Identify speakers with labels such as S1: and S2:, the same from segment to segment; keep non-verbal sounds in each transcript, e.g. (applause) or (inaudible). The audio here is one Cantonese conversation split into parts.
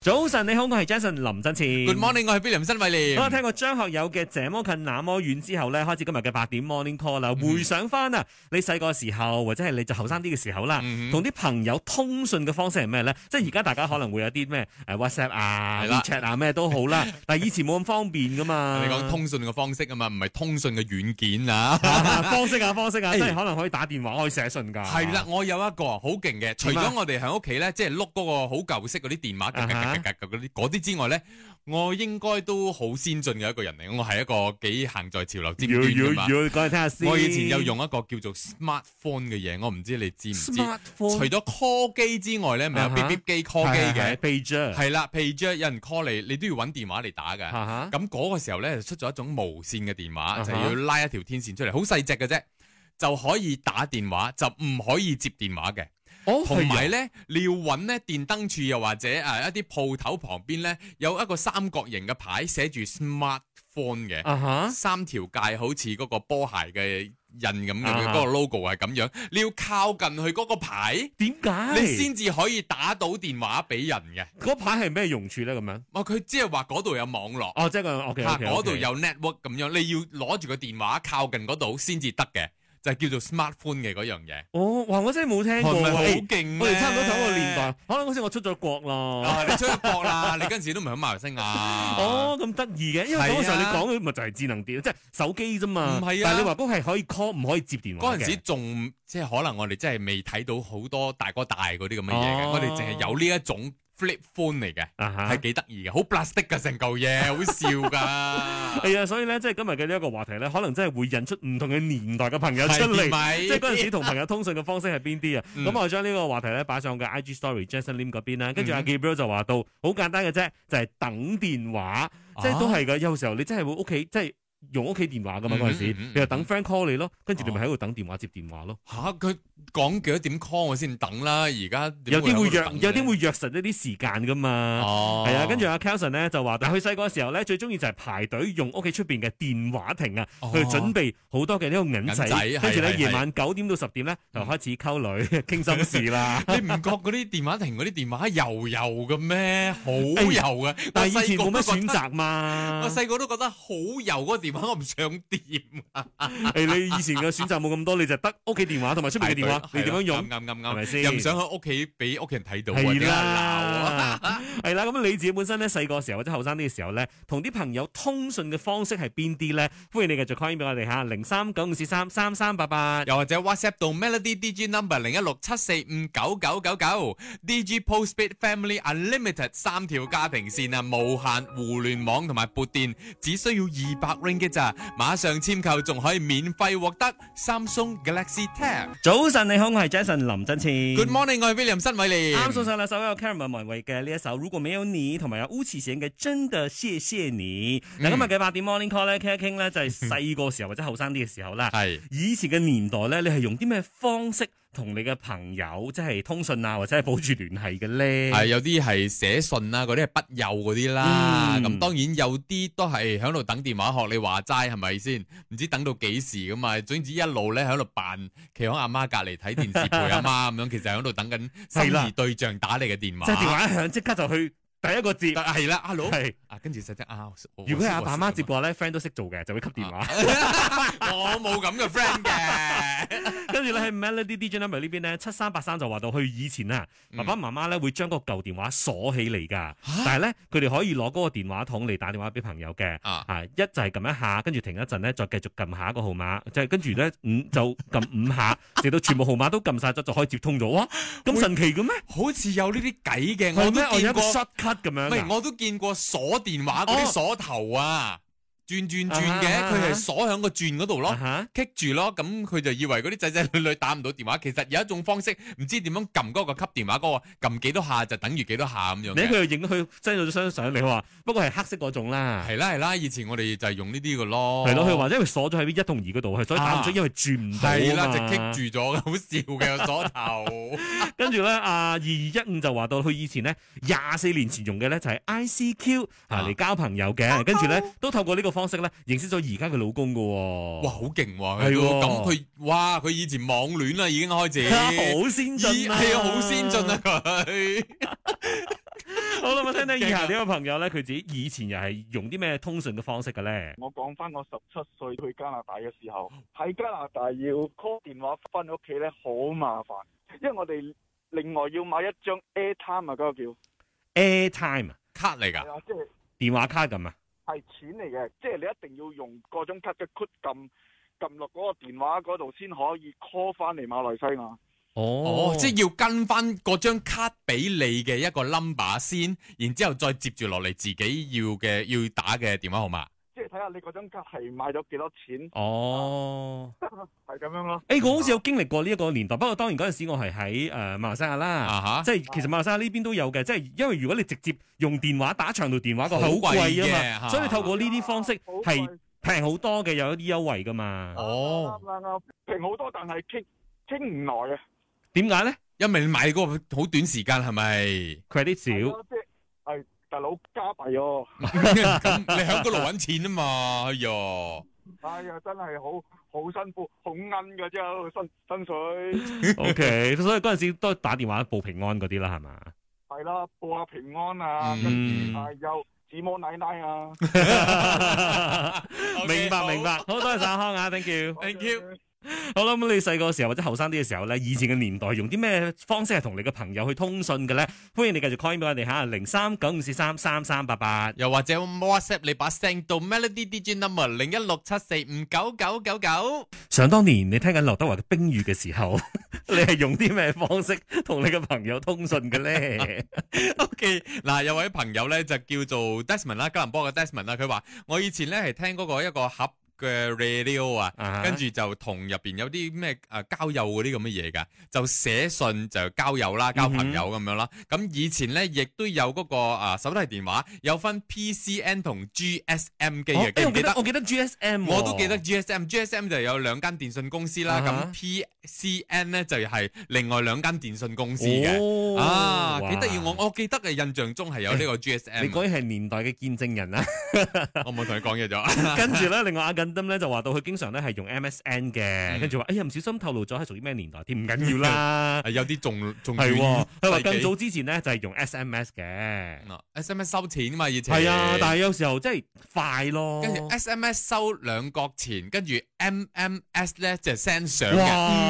S1: 早晨，你好，我係 Jason 林振前。
S2: Good morning，我係 William 新偉廉。
S1: 好啦，聽過張學友嘅《這麼近那麼遠》之後咧，開始今日嘅八點 Morning Call 啦。回想翻啊，你細個時候或者係你就後生啲嘅時候啦，
S2: 嗯
S1: 同啲朋友通訊嘅方式係咩咧？即係而家大家可能會有啲咩誒 WhatsApp 啊、
S2: 係啦
S1: WeChat 啊咩都好啦，但係以前冇咁方便噶嘛。
S2: 你講通訊嘅方式啊嘛，唔係通訊嘅軟件啊。
S1: 啊方式啊方式啊，
S2: 哎
S1: 即係可能可以打電話，可以寫信㗎。
S2: (laughs) 係啦，，我有一個好勁嘅，除咗我哋喺屋企咧，即係碌嗰個好舊式嗰啲電話
S1: 啊哈
S2: 嗰啲嗰啲之外咧，我應該都好先進嘅一個人嚟，我係一個幾行在潮流尖
S1: 要
S2: 端
S1: 要
S2: 㗎嘛。
S1: 要，講嚟聽下先。
S2: 我以前有用一個叫做 smartphone 嘅嘢，我唔知你知唔知？除
S1: smartphone，
S2: 咗 call 機之外咧，咪有
S1: 啊哈
S2: B B 機 call 機嘅，
S1: pager
S2: 係啦，譬如有人 call 你，你都要揾電話嚟打㗎。
S1: 啊哈
S2: 咁嗰個時候咧，就出咗一種無線嘅電話，
S1: 啊哈
S2: 就要拉一條天線出嚟，好細只嘅啫，就可以打電話，就唔可以接電話嘅。
S1: 哦
S2: 同
S1: 係啊
S2: 埋咧，你要揾咧電燈柱又或者啊一啲鋪頭旁邊咧，有一個三角形嘅牌寫住 smartphone 嘅。
S1: 啊哈。
S2: 三條界好似嗰個波鞋嘅印咁嘅，
S1: 啊
S2: 嗰、個 logo 係咁樣，你要靠近佢嗰個牌，
S1: 點解？
S2: 你先至可以打到電話俾人嘅。
S1: 嗰牌係咩用處咧？咁樣
S2: 哦，佢即係話嗰度有網絡，
S1: 哦，即係個 OK
S2: 嚇嗰度
S1: OK，OK
S2: 有 network 咁樣，你要攞住個電話靠近嗰度先至得嘅，就係叫做 smartphone 嘅嗰樣嘢。
S1: 哦，哇！我真係冇聽過
S2: 係咪哦
S1: 喎，
S2: 好
S1: 欸
S2: 勁咧
S1: 我哋差唔多同一個年代，可能嗰時我出咗國啦。
S2: 啊，你出咗國啦， (laughs) 你嗰陣時都唔係喺馬來西亞。
S1: (laughs) 哦，咁得意嘅，因為嗰個時候你
S2: 係啊
S1: 講嘅咪就係智能電，即係手機啫嘛。
S2: 唔係啊
S1: 但係你話嗰個係可以 call 唔可以接電話
S2: 嗰
S1: 嘅
S2: 陣時仲即係可能我哋真係未睇到好多大哥大嗰啲咁嘅嘢嘅，
S1: 哦
S2: 我哋淨係有呢一種 flip phone 嚟嘅，
S1: 啊哈
S2: 係幾得意嘅，好 plastic 噶成
S1: (laughs)
S2: 嚿嘢，好笑噶。
S1: 係啊，所以咧，即係今日嘅呢一個話題咧，可能真係會引出唔同嘅年代嘅朋友出
S2: 係嗯
S1: 嚟，
S2: 咪
S1: 即係嗰陣時同朋友通訊嘅方式係邊啲啊？咁、我將呢個話題咧擺上我嘅 IG Story Jason Lim 嗰邊啦，跟住阿
S2: 嗯
S1: Gabriel 就話到，好簡單嘅啫，就係、等電話，即係都係嘅。有時候你真係會屋企，即係用屋企電話噶嘛嗰陣時，
S2: 啊嗯嗯嗯哦
S1: 你就等 friend call 你咯，跟住你咪喺度等電話接電話咯。
S2: 吓，佢講幾多點 call 我先等啦？而家
S1: 有
S2: 點
S1: 啲會
S2: 喺
S1: 約
S2: 度等，
S1: 有啲
S2: 咧
S1: 會約實一啲時間噶嘛。
S2: 哦，
S1: 係啊，跟住阿 Kelson 咧就話，但佢細個嘅時候咧，最中意就係排隊用屋企出邊嘅電話亭啊，
S2: 哦
S1: 去準備好多嘅呢個銀
S2: 銀
S1: 仔，
S2: 仔
S1: 跟住
S2: 係嗯
S1: 咧
S2: 係
S1: 夜晚九點到十點咧就開始溝女 (laughs) 傾心事
S2: (laughs)
S1: 啦。
S2: 你唔覺嗰啲電話亭嗰啲電話油油嘅咩？好油嘅，
S1: 哎但係以前冇乜
S2: 我細個
S1: 選
S2: 都覺得。
S1: 擇啊嘛
S2: (laughs) 我，細個都覺得好油嗰個電話，我唔想掂。
S1: 係你以前嘅選擇冇咁多，你就得屋企電話同埋出邊嘅電話，你點樣用
S2: 啱？啱啱
S1: 係咪先
S2: 啱，又唔想喺屋企俾屋企人睇到啊，點解
S1: 係
S2: 鬧啊？
S1: 啦， (laughs) 係啦，咁你自己本身咧細個時候或者後生啲嘅時候咧，同啲朋友通訊嘅方式係邊啲咧？歡迎你繼續 call in 俾我哋吓，零三九五四三三三八八。
S2: 又或者 WhatsApp 到 Melody DJ number 零一六七四五九九九九，DG Postpaid Family Unlimited 三條家庭線啊，無限互聯網同埋撥電，只需要二百 ring 嘅咋，馬上簽購仲可以免費獲得 Samsung Galaxy Tab。
S1: 早晨，你好，我係 Jason 林振前。
S2: Good morning，我係 William 新偉利。
S1: 啱送上兩首有 Karen 文文慧嘅呢一首《如果沒有你》，同埋有巫啟賢嘅《真的謝謝你》。嗱、
S2: 嗯
S1: 今日嘅八點 Morning Call 咧，傾一傾咧就係細個時候或者後生啲嘅時候啦。
S2: 係
S1: 以前嘅年代咧，你係用啲咩方式同你嘅朋友即係通訊啊，或者係保住聯繫嘅咧？
S2: 係啊有啲係寫信啦，嗰啲係筆友嗰啲啦。
S1: 嗯
S2: 咁、當然有啲都係喺度等電話，學你話齋係咪先？唔知等到幾時噶嘛？總之一路咧喺度扮企喺阿媽隔離睇電視陪
S1: (laughs)
S2: 阿媽咁樣，其實喺度等緊心
S1: 係啦
S2: 儀對象打你嘅電話。
S1: 即係電話一響，即刻就去第一個接。
S2: 但係啦，hello
S1: 係，
S2: 啊，跟住細聲啊，我啊
S1: 如果係阿爸媽接，
S2: 我
S1: 過咧，friend 都識做嘅，就會吸電話。
S2: 我冇咁嘅
S1: (laughs)
S2: friend 嘅。
S1: 跟住咧喺 Melody DJ number 呢邊咧，七三八三就話到去以前啊，
S2: 嗯
S1: 爸爸媽媽咧會將個舊電話鎖起嚟㗎，但係咧佢哋可以攞嗰個電話筒嚟打電話俾朋友嘅。
S2: 啊
S1: 啊，一就係撳一下，跟住停一陣咧，再繼續撳下一個號碼，就係跟住咧五就撳五
S2: (laughs)
S1: 下，直到全部號碼都撳晒咗，就可以接通咗。哇，咁神奇嘅咩？
S2: 好似有呢啲計嘅，
S1: 係
S2: 我
S1: 咩
S2: 都
S1: 有一
S2: 見
S1: 個
S2: 過。
S1: shortcut 咁樣
S2: 唔係，
S1: 㗎。
S2: 我都見過鎖電話嗰啲
S1: 啊哦
S2: 鎖頭啊，轉轉轉
S1: 啊哈
S2: 嘅，
S1: 啊哈
S2: 佢係鎖喺個轉嗰度
S1: 啊
S2: 咯，
S1: 哈
S2: 棘住咯，咁佢就以為嗰啲仔仔女女打唔到電話。其實有一種方式，唔知點樣撳嗰個吸電話嗰個，撳幾多下就等於幾多下咁樣
S1: 你
S2: 嘅。
S1: 佢又影佢真咗張相，你話不過係黑色嗰種啦，
S2: 係啦係啦，以前我哋就係用呢啲嘅咯。
S1: 係咯，佢話因為鎖咗喺一同二嗰度，所以打唔
S2: 啊
S1: 咗，因為轉唔到
S2: 係啦，
S1: 啊嘛
S2: 就棘住咗，好笑嘅鎖頭。
S1: (laughs) 跟住咧，啊二二一五就話到佢以前咧廿四年前用嘅咧就係 ICQ 啊
S2: 啊
S1: 嚟交朋友嘅，跟住咧都透過呢個方式咧認識咗而家嘅老公噶喎。 (laughs)
S2: 哇，好勁喎！
S1: 係
S2: 佢
S1: 喎
S2: 都咁佢哇，佢以前網戀
S1: (laughs)
S2: 啦已經開始，
S1: 好先進啊！
S2: 係啊，好先進啊！佢。
S1: 好啦，我聽聽以
S2: (laughs)
S1: 下呢個朋友咧，佢自己以前又係用啲咩通訊嘅方式嘅咧？
S3: 我講翻我十七歲去加拿大嘅時候，喺加拿大要 call 電話翻屋企咧，好麻煩，因為我哋另外要買一張 airtime 啊，嗰、個叫
S1: airtime 啊
S2: 卡嚟
S3: 係
S2: 噶，
S3: 啊，即係
S1: 電話卡咁啊，
S3: 係錢嚟嘅，即係你一定要用嗰張卡嘅 code 撳撳落嗰個電話嗰度先可以 call 翻嚟馬來西亞。
S1: 哦
S2: 哦，即係要跟翻嗰張卡俾你嘅一個 number 先，然之後再接住落嚟自己要嘅要打嘅電話號
S1: 啊
S2: 碼。
S3: 即係睇下你嗰張卡係買咗幾多錢，
S1: 哦，
S3: 係咁樣咯。
S1: 誒、哎我好似有經歷過呢一個年代，不過當然嗰陣時我係喺誒馬來西亞啦。
S2: 啊
S1: 即係其實馬來西亞呢邊都有嘅，即係因為如果你直接用電話打長途電話個係
S2: 好
S1: 好
S2: 貴
S1: 貴啊
S2: 嘅
S1: 嘛，所以你透過呢啲方式
S3: 啊好
S1: 係
S3: 貴
S1: 平好多嘅，有一啲優惠噶嘛。
S2: 哦
S3: 啱啱啱平好多，但係傾傾唔耐啊。
S1: 點解咧
S2: 吓，因為你買嗰個好短時間
S1: (laughs)
S2: 係咪？
S1: ？credit
S3: 係啊
S1: 少，
S3: 咯即係係大佬加幣哦喎、
S2: 咁你喺嗰度揾錢啊嘛，哎呀！
S3: 哎呀，真係好好辛苦，好奀嘅啫，喺度薪薪
S1: (laughs)
S2: (laughs)
S3: 水
S1: OK，所以嗰陣時都打電話報平安嗰啲啦，係嘛？ (laughs)
S3: 係啦，報下平安啊，跟
S1: 嗯
S3: 住啊又子母奶奶啊
S1: 明白明白，好多謝晒康啊，thank you。
S2: Thank you
S1: 好啦，咁你細個嘅時候或者後生啲嘅時候咧，以前嘅年代用啲咩方式係同你嘅朋友去通訊嘅咧？歡迎你繼續 call 俾我哋嚇，零三九五四三三三八八。
S2: 又或者 WhatsApp 你把聲到 Melody DJ number 零一六七四五九九九九，
S1: 想當年你聽緊劉德華嘅《冰雨》嘅時候， (laughs) 你係用啲咩方式同你嘅朋友通訊嘅
S2: (laughs)
S1: 咧？
S2: OK 嗱，有位朋友咧就叫做 Desmond 啦，吉隆坡嘅 Desmond 啦，佢話我以前咧係聽嗰個一個盒嘅 radio 啊。
S1: 啊
S2: 跟住就同入邊有啲咩誒交友嗰啲咁嘅嘢㗎，就寫信就交友
S1: 嗯
S2: 啦，交朋友咁樣啦。咁以前咧，亦都有嗰、個、啊手提電話，有分 PCN 同 GSM 機
S1: 哦
S2: 嘅，記
S1: 誒我
S2: 唔記得？
S1: 我記得 GSM，喎
S2: 我都記得 GSM，GSM 就有兩間電信公司啦，
S1: 啊哈
S2: 咁 PCN 咧就係另外兩間電信公司嘅。
S1: 哦
S2: 啊，
S1: 哇
S2: 幾得意！我我記得嘅印象中係有呢個
S1: 你
S2: GSM，
S1: 果然係年代嘅見證人
S2: (laughs)
S1: 啊！
S2: 我冇同你講嘢咗。
S1: (laughs) 跟住咧，另外阿近登咧就話到佢經常咧係用 MSN 嘅，
S2: 嗯。
S1: 跟住話哎呀唔小心透露咗係屬於咩年代添，唔緊要啦 (laughs)
S2: (laughs) 有啲仲仲
S1: 係喎，佢話
S2: 遠世
S1: 更
S2: 紀
S1: 早之前咧就係用 SMS 嘅，
S2: 啊 SMS 收錢啊嘛，以前
S1: 係啊，但係有時候真係快咯。
S2: 跟住哎 SMS 收兩角錢，跟住 MMS 咧就 send 相嘅，
S1: 哇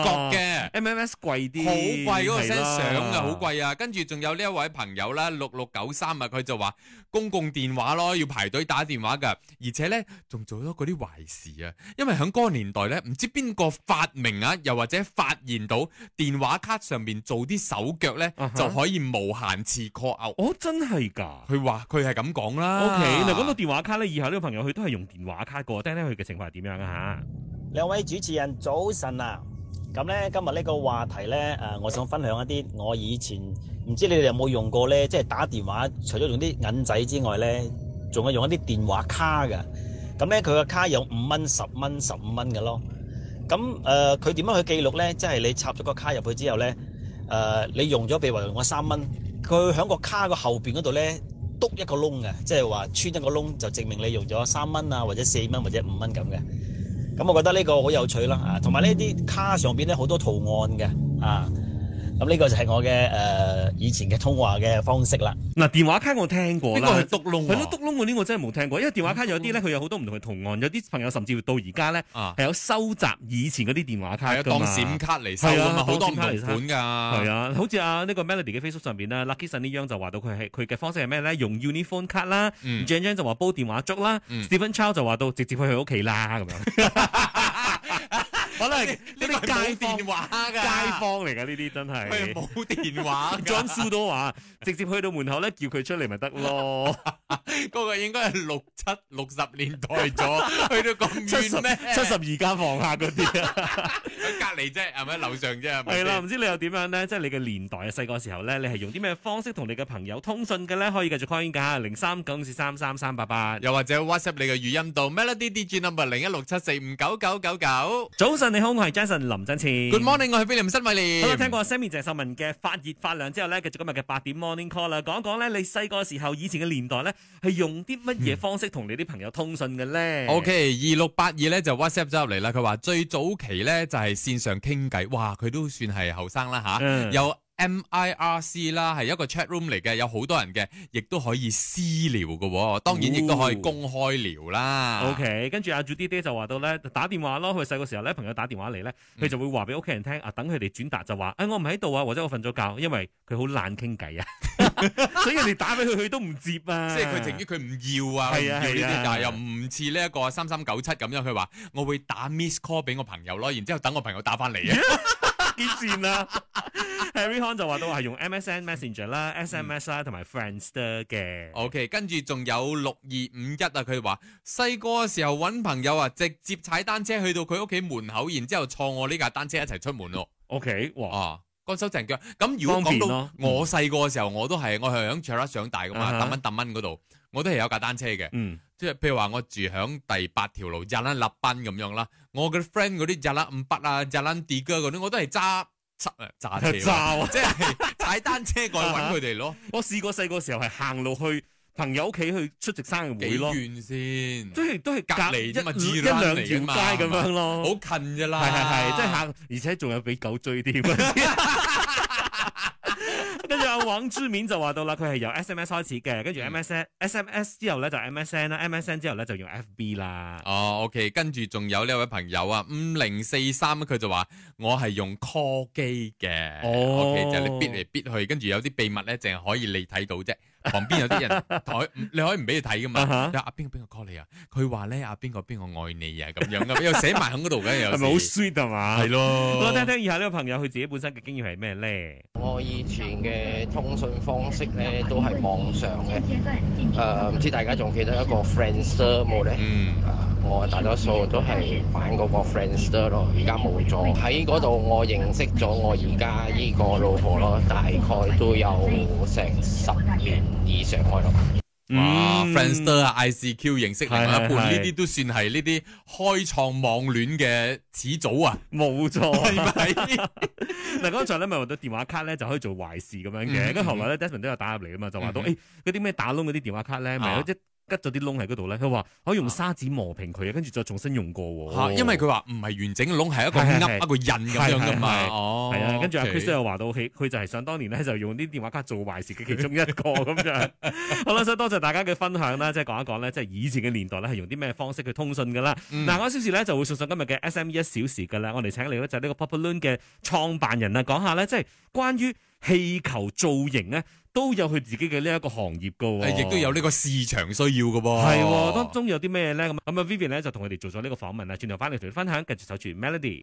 S2: 五角嘅。
S1: MMS 貴啲，
S2: 好貴嗰個 send
S1: 係啦
S2: 相啊，好貴啊！跟住仲有呢一位朋友啦，六六九三啊，佢就話公共電話咯，要排隊打電話㗎，而且咧仲做咗嗰啲壞事啊！因為喺嗰個年代咧，唔知邊個發明啊，又或者發現到電話卡上面做啲手腳咧
S1: 啊哈
S2: 就可以無限次 call out。
S1: 哦，真係㗎。
S2: 佢話佢係咁講啦。
S1: O K，嗱講到電話卡咧，以後呢個朋友佢都係用電話卡個，聽聽佢嘅情況係點樣啊
S4: 兩位主持人早晨啊！咁咧今日呢個話題咧，誒、我想分享一啲我以前唔知你哋有冇用過咧，即係打電話，除咗用啲銀仔之外咧，仲有用一啲電話卡㗎。咁咧佢個卡有五蚊、十蚊、十五蚊嘅咯。咁誒，呃佢、點樣去記錄咧？即係你插咗個卡入去之後咧，誒、你用咗，譬如話用咗三蚊，佢喺個卡個後邊嗰度咧。篤一個窿嘅，即係話穿一個窿就證明你用咗三蚊啊，或者四蚊或者五蚊咁嘅。咁我覺得呢個好有趣啦，啊，同埋呢啲卡上邊咧好多圖案嘅，啊，咁呢個就係我嘅誒、呃以前嘅通話嘅方式啦。
S1: 吓？嗱，電話卡我聽過
S2: 呢
S1: 啦
S2: 個。係篤窿
S1: 係
S2: 啊喎。
S1: 咯，篤窿嗰啲我真係冇聽過，因為電話卡有啲咧，佢有好多唔同嘅圖案，有啲朋友甚至到而家咧
S2: 啊。
S1: 係有收集以前嗰啲電話卡
S2: 係啊，
S1: 㗎
S2: 當
S1: 嘛
S2: 閃卡嚟收啊
S1: 係
S2: 嘛，
S1: 啊
S2: 好多唔
S1: 當閃卡嚟
S2: 同
S1: 收
S2: 款噶。
S1: 係啊，好似啊呢個 Melody 嘅 Facebook 上邊啦，Lucky Sun 呢樣就話到佢係佢嘅方式係咩咧？用 Unifone 卡啦
S2: 嗯
S1: ，Jan Jan 就話煲電話粥啦
S2: 嗯
S1: ，Stephen Chow 就話到直接去佢屋企啦咁樣。
S2: (laughs)
S1: 可能係嗰啲街坊
S2: 呢個係冇電話㗎，
S1: 街坊嚟㗎呢啲真
S2: (laughs)
S1: 係。
S2: 佢冇電
S1: (laughs)
S2: 話㗎。
S1: John Su 都話，直接去到門口咧，叫佢出嚟咪得
S2: (laughs)
S1: 咯。
S2: 嗰個應該係六七六十年代
S1: (laughs)
S2: 咗，去到咁
S1: 七十
S2: 遠咩？
S1: 七十二家房客嗰啲
S2: (laughs)
S1: 啊，
S2: 喺隔離啫，係咪樓上啫？係咪
S1: 係
S2: 先
S1: 啦，唔知你又點樣咧？即係你嘅年代啊，細個時候咧，你係用啲咩方式同你嘅朋友通訊嘅咧？可以繼續 call in 㗎，零三九四三三三八八。
S2: 又或者 WhatsApp 你嘅語音到 Melody DJ number 零一六七四五九九九九。
S1: 早晨，你好，我係 Jason 林振前。
S2: Good morning，我係 William 新偉
S1: 好啦，
S2: 廉。
S1: 聽過 Sammy 鄭秀文嘅發熱發亮之後咧，繼續今日嘅八點 Morning Call 啦，講一講咧你細個時候以前嘅年代咧，係用啲乜
S2: 嗯
S1: 嘢方式同你啲朋友通訊嘅咧
S2: O K，二六八二咧就 WhatsApp 咗入嚟啦。佢話最早期咧就係線上傾偈，哇！佢都算係後生啦吓，
S1: 嗯
S2: 有 MIRC 啦，係一個 chat room 嚟嘅，有好多人嘅，亦都可以私聊嘅喎，當然亦都可以
S1: 哦
S2: 公開聊啦。
S1: O K，跟住阿 j u d 爹就話到咧，打電話咯。佢細個時候咧，朋友打電話嚟咧，
S2: 嗯
S1: 佢就會話俾屋企人聽啊，等佢哋轉達就話，誒、我唔喺度啊，或者我瞓咗覺，因為佢好懶傾偈
S2: (laughs)
S1: 啊，所以人哋打俾佢，佢都唔接啊。
S2: 即係佢情於佢唔要啊，佢唔
S1: 係啊
S2: 要呢
S1: 係
S2: 啲，
S1: 啊
S2: 但係又唔似呢一個三三九七咁樣。佢話我會打 miss call 俾我朋友咯，然之後等我朋友打翻嚟啊。 (laughs)
S1: 幾線啦。Harry Han 就話到係用 MSN Messenger 啦、SMS 啦同埋 Friendster 嘅。
S2: OK，跟住仲有六二五一啊，佢話細個嘅時候揾朋友啊，直接踩單車去到佢屋企門口，然之後坐我呢架單車一齊出門咯。
S1: O K，哇，
S2: 啊，乾手淨腳。咁如果
S1: 哦方
S2: 講
S1: 便
S2: 到
S1: 咯
S2: 我細個嘅時候，我都係我係響 c h 上大噶嘛，
S1: 啊
S2: 揼
S1: 哈
S2: 蚊揼蚊嗰度，我都係有架單車嘅。
S1: 嗯，
S2: 即係譬如話我住響第八條路扎蘭立賓咁樣啦，我嘅 friend 嗰啲扎蘭五北啊、扎蘭地哥嗰啲，我都係
S1: (laughs)
S2: 揸揸揸車喎，
S1: 炸喎！
S2: 即係踩單車過去揾佢哋咯，
S1: 我試過細個時候係行路去朋友屋企去出席生日
S2: 幾
S1: (laughs) 會咯，
S2: 遠先，
S1: 都係都係
S2: 隔離
S1: 一
S2: 啫嘛
S1: 一
S2: 自
S1: 一
S2: 然
S1: 兩條
S2: 嚟㗎嘛
S1: 街咁樣
S2: 好
S1: 咯。
S2: 近啫啦，
S1: 係係係，即係行，而且仲有俾狗追添。 (laughs) 跟住阿黃之面就話到啦，佢係由 SMS 開始嘅，跟住
S2: 嗯
S1: MSN、SMS 之後咧就 MSN 啦，MSN 之後咧就用 FB 啦。
S2: 哦，OK，跟住仲有呢位朋友啊，五零四三佢就話我係用 call 機嘅、
S1: 哦
S2: o k 就係你逼嚟逼去，跟住有啲秘密咧，淨係可以你睇到啫。旁邊
S1: (laughs)
S2: 有啲人台，你可以唔俾佢睇噶
S1: 啊
S2: 嘛
S1: 哈？
S2: 你話啊邊個邊個 call 你啊？佢話咧啊邊個邊個愛你啊咁
S1: (laughs)
S2: 樣咁，又寫埋喺嗰度嘅，有
S1: 係咪好
S2: 時
S1: sweet 啊嘛？
S2: 係咯。
S1: 我聽聽以下呢個朋友佢自己本身嘅經驗係咩咧？
S5: 我以前嘅通訊方式咧都係網上嘅，誒、唔知大家仲記得一個 Friendster 冇咧？
S2: 嗯
S5: 啊我大多數都係玩嗰個 Friendster 咯，而家冇咗。喺嗰度我認識咗我而家依個老婆咯，大概都有成十年以上我咯。
S2: 哇
S1: 嗯
S2: ，Friendster 啊，ICQ 認識另外一半，
S1: 係係
S2: 呢
S1: 係
S2: 啲都算係呢啲開創網戀嘅始
S1: (laughs)
S2: 祖啊，
S1: 冇錯，
S2: (laughs) 係咪？
S1: 嗱，剛才咧咪話到電話卡咧就可以做壞事咁樣
S2: 嗯
S1: 嘅，跟住後來咧 Desmond 都有打入嚟噶嘛，就話到
S2: 嗯
S1: 誒嗰啲咩打窿嗰啲電話卡咧，咪
S2: 啊
S1: 有一吉咗啲窿喺嗰度咧，佢話可以用砂紙磨平佢，跟住再重新用過喎。
S2: 嚇，因為佢話唔係完整窿，係一個
S1: 哦係係
S2: 噏
S1: 係
S2: 一個印咁樣噶嘛
S1: 係係。係
S2: 哦，
S1: 係啊，跟住阿
S2: OK
S1: Chris 都有話到，佢佢就係想當年咧就用啲電話卡做壞事嘅其中一個咁
S2: (laughs)
S1: 樣。好啦，所以多謝大家嘅分享啦，即係講一講咧，即係以前嘅年代咧係用啲咩方式去通訊噶啦。
S2: 嗯
S1: 嗱，我少時咧就會送上今日嘅 SME 一小時噶啦。我哋請嚟咧就係呢個 Populun 嘅創辦人啊，講下咧即係關於氣球造型咧都有佢自己嘅呢一個行業噶
S2: 誒
S1: 喎，
S2: 亦都有呢個市場需要嘅喎。
S1: 啊係喎，當中有啲咩咧咁咁啊？Vivian 咧就同佢哋做咗呢個訪問啦，轉頭翻嚟同你分享，繼續守住 Melody。